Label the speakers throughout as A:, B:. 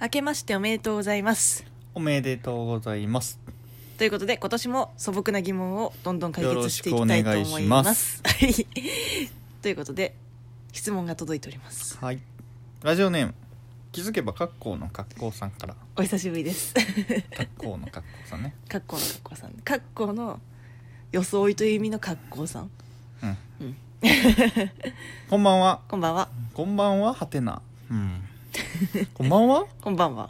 A: 明けましておめでとうございます
B: おめでとうございます。
A: ということで今年も素朴な疑問をどんどん解決していきたいと思います
B: よろしくお願いします
A: はいということで質問が届いております
B: はい。ラジオネーム。気づけば格好の格好さんから。
A: お久しぶりです
B: 格好の格好さんね。
A: 格好の格好さん格好の装いという意味の格好さん、
B: うん。
A: うん、
B: こんばんは。
A: こんばんは
B: こんばんは、はてな。うん。こんばんは。
A: こんばんは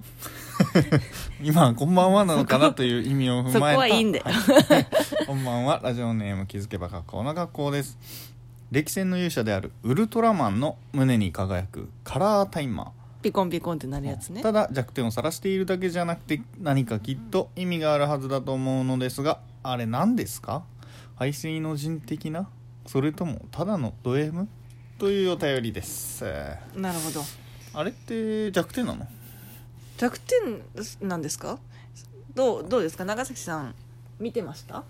B: 今、こんばんはなのかなという意味を踏まえた。
A: そこはいいんだよ
B: はいこんばんは、ラジオネーム気づけば格好の格好です。歴戦の勇者であるウルトラマンの胸に輝くカラータイマー。
A: ピコンピコンってなるやつね
B: ただ弱点を晒しているだけじゃなくて何かきっと意味があるはずだと思うのですがあれ何ですか排水の人的なそれともただのド M というお便りです
A: なるほど
B: あれって弱点なの
A: 弱点なんですかどうどうですか長崎さん見てました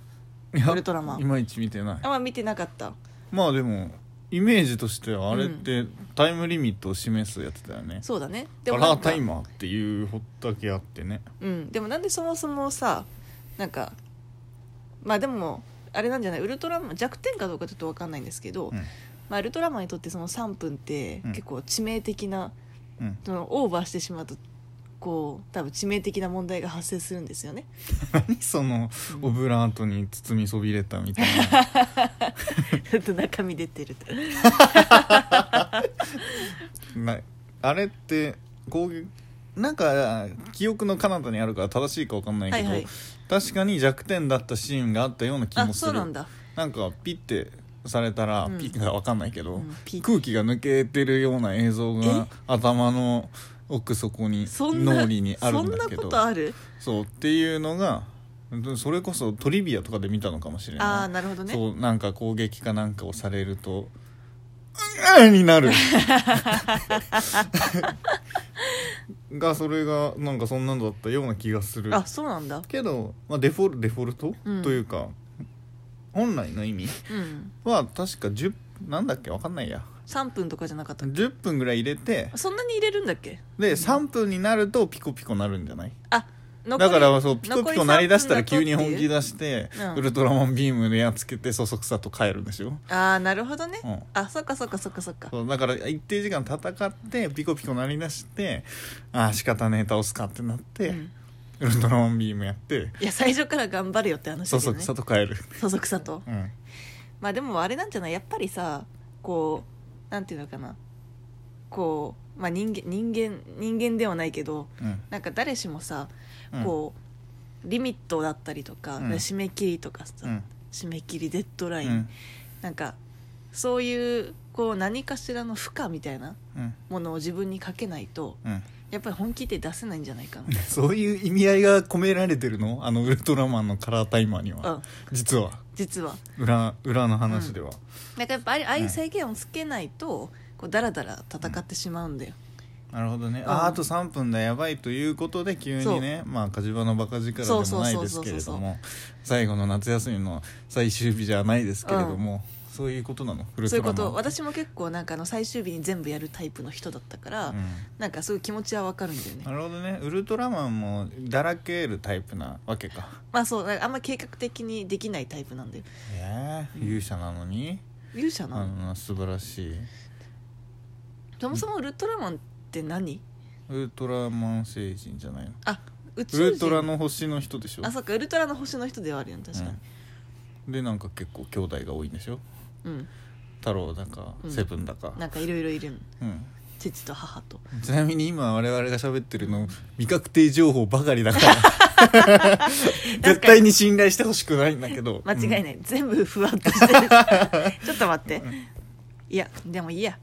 B: いや
A: ウルトラマン
B: いまいち見てない
A: あんま見てなかった
B: まあでもイメージとしてはあれってタイムリミットを示すやつだよね、
A: そうだねで
B: カ
A: な
B: ラー
A: んか
B: タイマーっていうほったけあってね
A: うん、でもなんでそもそもさなんかまあでもあれなんじゃないウルトラマン弱点かどうかちょっと分かんないんですけど、
B: うん
A: まあ、ウルトラマンにとってその3分って
B: うん
A: 結構致命的な、
B: うん
A: そのオーバーしてしまうとこう多分致命的な問題が発生するんですよね
B: 何そのオブラートに包みそびれたみたいな
A: ちょっと中身出てると
B: ないあれって攻撃なんか記憶の彼方にあるから正しいか分かんないけど、
A: はいはい
B: 確かに弱点だったシーンがあったような気
A: あ
B: もす
A: そう
B: る
A: なんだ
B: なんかピッてされたら、
A: うん
B: ピッが分かんないけど、
A: うんピッ
B: 空気が抜けてるような映像が
A: え
B: 頭の奥底に
A: そんな
B: 脳裏にあるんだけ
A: そんなこ
B: ど
A: とある
B: そうっていうのがそれこそトリビアとかで見たのかもしれない
A: ああなるほどね
B: そうなんか攻撃かなんかをされると「うわ!」になる がそれがなんかそんなのだったような気がする
A: あそうなんだ
B: けど、まあ、デフォルデフォルト、
A: うん
B: というか本来の意味
A: うん
B: は確か10なんだっけわかんないや
A: 3分とかじゃなかった
B: 10分ぐらい入れて
A: そんなに入れるんだっけ
B: で3分になるとピコピコなるんじゃない
A: あ残
B: だ
A: り
B: からそうピコ
A: 残
B: ピ
A: り3
B: コ
A: 分
B: なりだしたら
A: とっ
B: 急
A: て
B: に
A: いう
B: 本気出して、
A: うん
B: ウルトラマンビームでやっつけてそそくさと帰るんでしょ
A: ああなるほどね、
B: うん
A: あそっかそっかそっかそっか
B: そうだから一定時間戦ってピコピコなりだしてああ仕方ねえ倒すかってなって、
A: うん
B: ウルトラマンビームやって
A: いや最初から頑張れよって話だ
B: そう
A: けど
B: そう
A: ね
B: さと帰る、
A: そそくさと
B: うん、
A: まあでもあれなんじゃないやっぱりさこうなんていうのかなこう、まあ、人間人間人間ではないけど
B: うん
A: なんか誰しもさ、
B: うん
A: こうリミットだったりとか、
B: うん
A: 締め切りとかさ、
B: うん
A: 締め切りデッドラ
B: う
A: イン、
B: ん
A: なんかそういうこう何かしらの負荷みたいな
B: うん
A: ものを自分にかけないと
B: うん
A: やっぱり本気って出せないんじゃないかな
B: そういう意味合いが込められてるのあのウルトラマンのカラータイマーには、
A: うん
B: 実は
A: 実は
B: 裏裏の話では、
A: なんかやっぱあれああいううん制限をつけないと、こうダラダラ戦ってしまうんだよ、
B: なるほどね、
A: うん
B: ああと3分だやばいということで急にねまあ火事場のバカ力で
A: そう
B: も
A: そう
B: ない
A: そう
B: ですけれ
A: そうそ
B: ども最後の夏休みの最終日じゃないですけれども、そういうことなのウル
A: そうい
B: ト
A: う
B: ラマ
A: こ
B: ン
A: と私も結構なんかあの最終日に全部やるタイプの人だったから、
B: うん
A: なんかすごい気持ちはわかるんだよね
B: なるほどねウルトラマンもだらけるタイプなわけか
A: まあそうなんかあんま計画的にできないタイプなんだよ
B: ええ勇者なのに、
A: 勇者な
B: あ
A: の、
B: んな素晴らしい
A: そもそもウルトラマンって何
B: ウルトラマン星人じゃないの
A: あ宇宙
B: ウ
A: 人
B: ルトラの星の人でしょ
A: あそっかウルトラの星の人ではあるよね確かに
B: うんでなんか結構兄弟が多いんでしょ
A: うん、
B: 太郎だか、
A: うん
B: セブンだか
A: なんかいろいろいるの
B: うん
A: 父と母と
B: ちなみに今我々が喋ってるの未確定情報ばかりだ から絶対に信頼してほしくないんだけど
A: 間違い
B: い、
A: ない、全部ふわっとして るちょっと待っていやでもいいや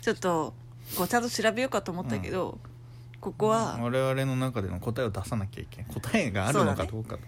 A: ちょっとこうちゃんと調べようかと思ったけど、ここ
B: うん
A: は
B: 我々の中での答えを出さなきゃいけない答えがあるのかどうかと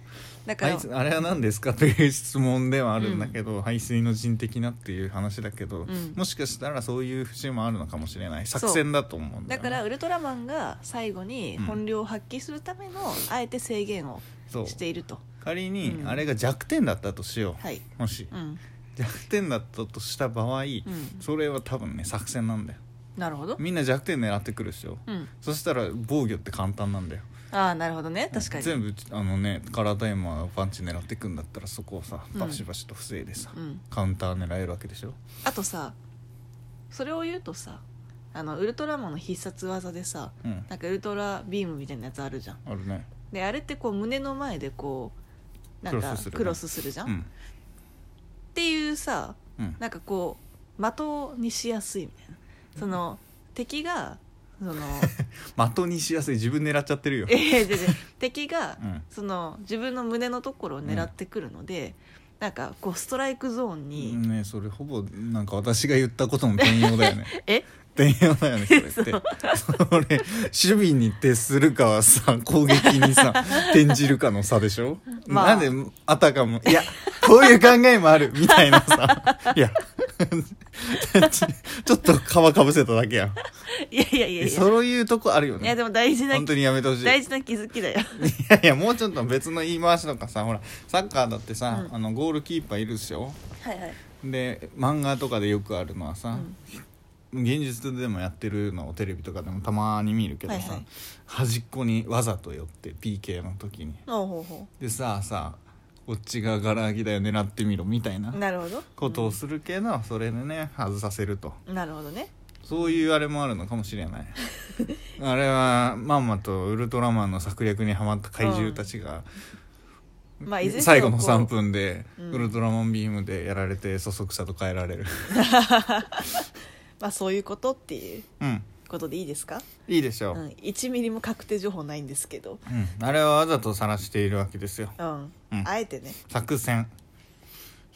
A: だか
B: あ
A: ら
B: いつあれは何ですかという質問ではあるんだけど、排水の人的なっていう話だけど、
A: ん
B: もしかしたらそういう節もあるのかもしれない作戦だと思うんだ
A: だ
B: よね、
A: からウルトラマンが最後に本領を発揮するための、あえて制限を
B: そう
A: していると
B: 仮
A: う
B: に
A: ん
B: あれが弱点だったとしよう、
A: はい
B: もし
A: うん
B: 弱点だったとした場合、
A: ん
B: それは多分ね作戦なんだよ
A: なるほど
B: みんな弱点狙ってくるでしょ
A: うん
B: そしたら防御って簡単なんだよ
A: ああなるほどね確かに
B: 全部あのねカラータイマーパンチ狙ってくんだったらそこをさ
A: うん
B: バシバシと防いでさ、
A: うん
B: カウンター狙えるわけでしょ
A: あとさそれを言うとさあのウルトラマンの必殺技でさ
B: うん
A: なんかウルトラビームみたいなやつあるじゃん
B: あるね
A: であれってこう胸の前でこうなん
B: クロ
A: か
B: スするね
A: クロスするじゃん、
B: う
A: っ
B: ん
A: ていうさ
B: うん
A: なんかこう的にしやすいみたいなその敵がその
B: 的にしやすい自分狙っちゃってるよ
A: ええ違う違う敵が、
B: うん
A: その自分の胸のところを狙ってくるので、なんかこうストライクゾーンに、
B: ねそれほぼなんか私が言ったことの転用だよね
A: え
B: 転用だよねそれってそ れ守備に徹するかはさ攻撃 にさ転じるかの差でしょ、
A: まあ
B: なんであたかもいやこういう考えも あるみたいなさいや ちちょっと皮かぶせただけやん
A: いやいやいやいや
B: そういうとこあるよ
A: いや
B: ね
A: でも大事な
B: 本当にやめてほしい
A: 大事な気づきだよ
B: いやいやもうちょっと別の言い回しとかさほらサッカーだってさ、
A: うん
B: あのゴールキーパーいるでしょ
A: はいはい
B: で漫画とかでよくあるのはさ、現実でもやってるのをテレビとかでもたまに見るけどさ、
A: はいはい
B: 端っこにわざと寄って PK の時に
A: ほうほうほ
B: でさあさあこっちがガラ空きだよ狙ってみろみたいな
A: うなるほど
B: ことをするけど、それでね外させると
A: なるほどね
B: そういうあれもあるのかもしれ ないあれはまんまとウルトラマンの策略にはまった怪獣たちが、
A: まあいずれにせよ
B: 最後の
A: こう
B: 3分で、
A: うん
B: ウルトラマンビームでやられてそそくさと変えられる
A: まあそういうことっていう
B: うん
A: ことでいいですか、
B: いいでしょ
A: う
B: う、
A: ん、1ミリも確定情報ないんですけど
B: うん、あれはわざと晒しているわけですよ
A: うん、
B: うん
A: あえてね
B: 作戦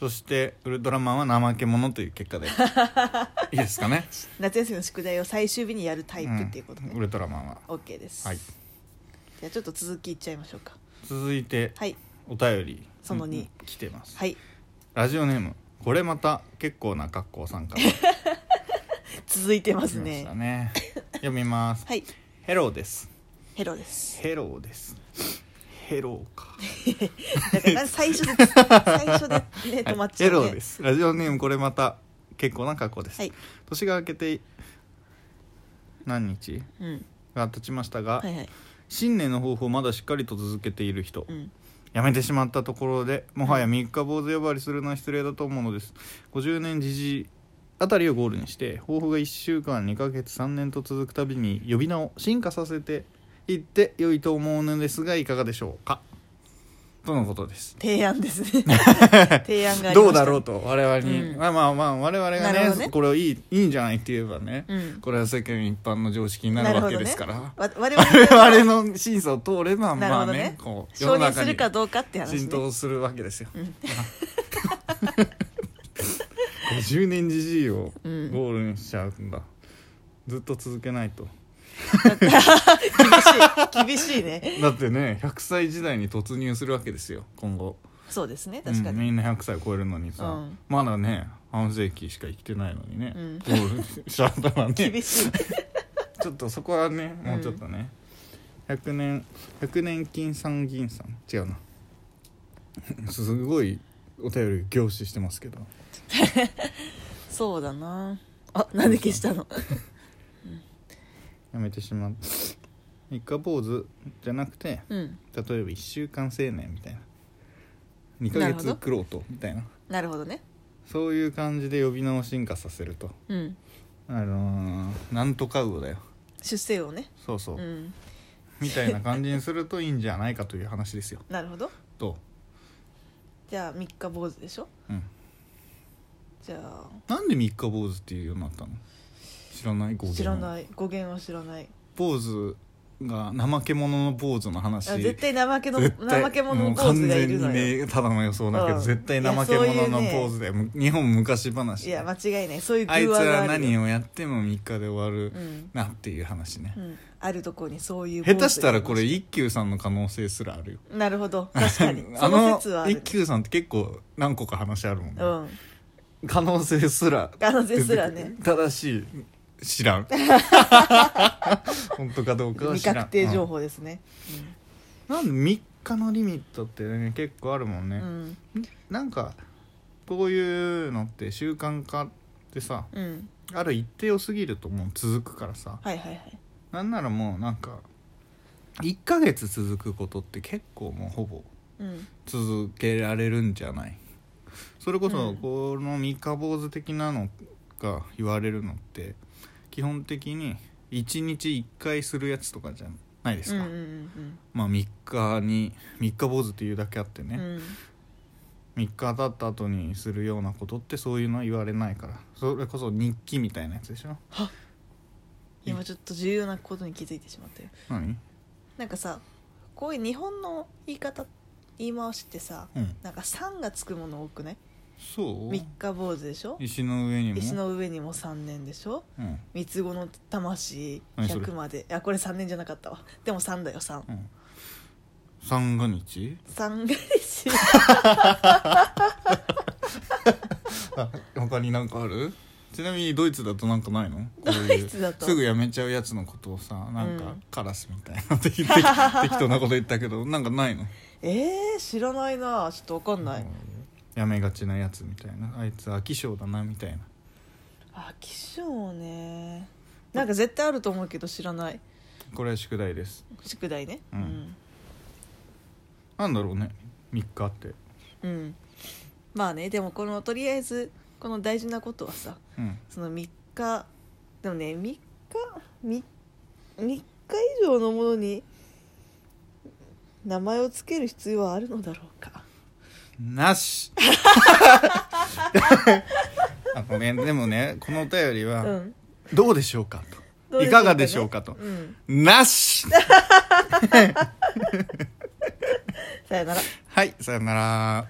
B: そしてウルトラマンは怠け者という結果 でいいですかね
A: 夏休みの宿題を最終日にやるタイプっていうこと
B: うんウ
A: ね、
B: ルトラマンは
A: OK です、
B: はい
A: じゃあちょっと続きいっちゃいましょうか
B: 続いて
A: はい
B: お便り
A: その二
B: うん来てます、
A: はい
B: ラジオネームこれまた結構な格好さんから
A: 続いてま
B: 来
A: す
B: ま
A: ね
B: したね読みます
A: はい
B: ヘローです
A: ヘロです
B: ヘローですヘローか
A: だから最初で最初でね
B: はい
A: 止まっちゃ
B: ヘ
A: う、ね
B: ローですラジオネームこれまた結構な格好です、
A: はい、
B: 年が明けて何日
A: うん、
B: が経ちましたが、
A: はいはい
B: 新年の抱負をまだしっかりと続けている人、
A: うん
B: やめてしまったところでもはや三日坊主呼ばわりするのは失礼だと思うのです50年じじいあたりをゴールにして抱負が1週間2ヶ月3年と続くたびに呼び名を進化させていって良いと思うのですがいかがでしょうかとのことです
A: 提案です ね提案がありました
B: どうだろうと我々に、
A: うん
B: まあまあまあ我々が
A: なるほ
B: ね
A: どね
B: これをいいいいんじゃないって言えばね、
A: うん
B: これは世間一般の常識になるわけですから、
A: わ我々
B: 我々の審査を通れば
A: なる
B: まあ
A: ほど
B: ね
A: ね
B: こう
A: 承認する
B: に
A: かどうかって話
B: 浸
A: ね
B: 透するわけですよ、50年じじいをゴ
A: うん
B: ールにしちゃうんだ、ずっと続けないと
A: 厳しい厳しいね
B: だってね100歳時代に突入するわけですよ今後
A: そうですね確か
B: うん
A: に、
B: みんな100歳超えるのにさ、
A: うん
B: まだね半世紀しか生きてないのにね、
A: うん
B: ゴールにしちゃったらね
A: 厳しい
B: ちょっとそこはねもうちょっとね、100年100年金さん銀さん違うな すごいお便り凝視してますけど
A: そうだなあなんで消したの
B: やめてしまう三日坊主じゃなくて
A: うん
B: 例えば1週間青年みたいな
A: な
B: 2ヶ
A: るほ
B: 月
A: ど
B: 苦労とみたいな
A: なるほどね
B: そういう感じで呼び名を進化させると
A: うん
B: あのー、なんとか魚だよ
A: 出世をね
B: そうそう、
A: うん
B: みたいな感じにするといいんじゃないかという話ですよ
A: なるほど
B: と、
A: じゃあ三日坊主でしょ
B: うん、
A: じゃあ
B: なんで三日坊主っていうようになったの知らない語源
A: 知ら
B: い
A: ない語源は知らない
B: 坊主が怠け者の坊主の話
A: あ絶対怠けの
B: 絶対
A: 怠け者の坊主がいる
B: もう
A: の
B: 完全
A: よ
B: にねただの予想だけど、
A: うん
B: 絶対怠け者
A: いやそ
B: の
A: ういうね
B: 坊主だよむ日本昔話
A: いや間違いないそういう
B: あい
A: 偶
B: つ
A: 話が
B: ら
A: ある
B: 何
A: よ
B: をやっても3日で終わる
A: うん
B: なっていう話ね、
A: うん、あるとこにそういう
B: 下手したらこ
A: 坊
B: れ
A: 主がい
B: 一休さんの可能性すらあるよ
A: るなるほど確か に
B: あ
A: その
B: の
A: 説はあ
B: 一
A: る
B: 休さんって結構何個か話あるもんね、
A: うん
B: 可能性すら
A: 可能性すらね
B: 正しい知らん 本当かどうかは
A: 未
B: 知らん
A: 確定情報ですね、
B: うんなんで3日のリミットってね結構あるもんね、
A: うん
B: なんかこういうのって習慣化ってさ
A: うん
B: ある一定を過ぎるともう続くからさ
A: はいはいはい
B: なんならもうなんか1ヶ月続くことって結構もうほぼ
A: うん
B: 続けられるんじゃないそれこ
A: う
B: そ
A: ん
B: この三日坊主的なのが言われるのって基本的に1日1回するやつとかじゃないです
A: うん
B: か、
A: うんうん
B: まあ3日に三日坊主っていうだけあって
A: う
B: ね、
A: んうん
B: 3日経った後にするようなことってそういうのは言われないからそれこそ日記みたいなやつでしょ
A: 今ちょっと重要なことに気づいてしまったよ
B: 何
A: なんかさこういう日本の言い方言い回しってさ
B: うん
A: なんか「三」がつくもの多くない
B: そう
A: 三日坊主でしょ
B: 石の上にも
A: 石の上にも3年でしょ
B: うん
A: 三つ子の魂
B: 何それ
A: 100まであこれ3年じゃなかったわでも3だよ3
B: うん、三が日
A: 三が日
B: あ他になんかあるちなみにドイツだとなんかないのこうい う
A: ドイツだと
B: すぐやめちゃうやつのことをさなん
A: う
B: か
A: ん
B: カラスみたいな って言って適当なこと言ったけどなんかないの
A: えー、知らないなちょっと分かんない、
B: やめがちなやつみたいなあいつ飽き性だなみたいな
A: あ気象ねなんか絶対あると思うけど知らない
B: これは宿題です
A: 宿題ね
B: うんなんだろうね3日って
A: うん、うんまあねでもこのとりあえずこの大事なことはさ
B: うん
A: その3日でもね3日 3, 3日以上のものに名前を付ける必要はあるのだろうか
B: なし あごめんでもねこのお便りは、
A: うん
B: どうでしょうか
A: どう
B: と
A: ね
B: いかがでしょうかと、
A: うん
B: なし
A: さよなら
B: はいさよなら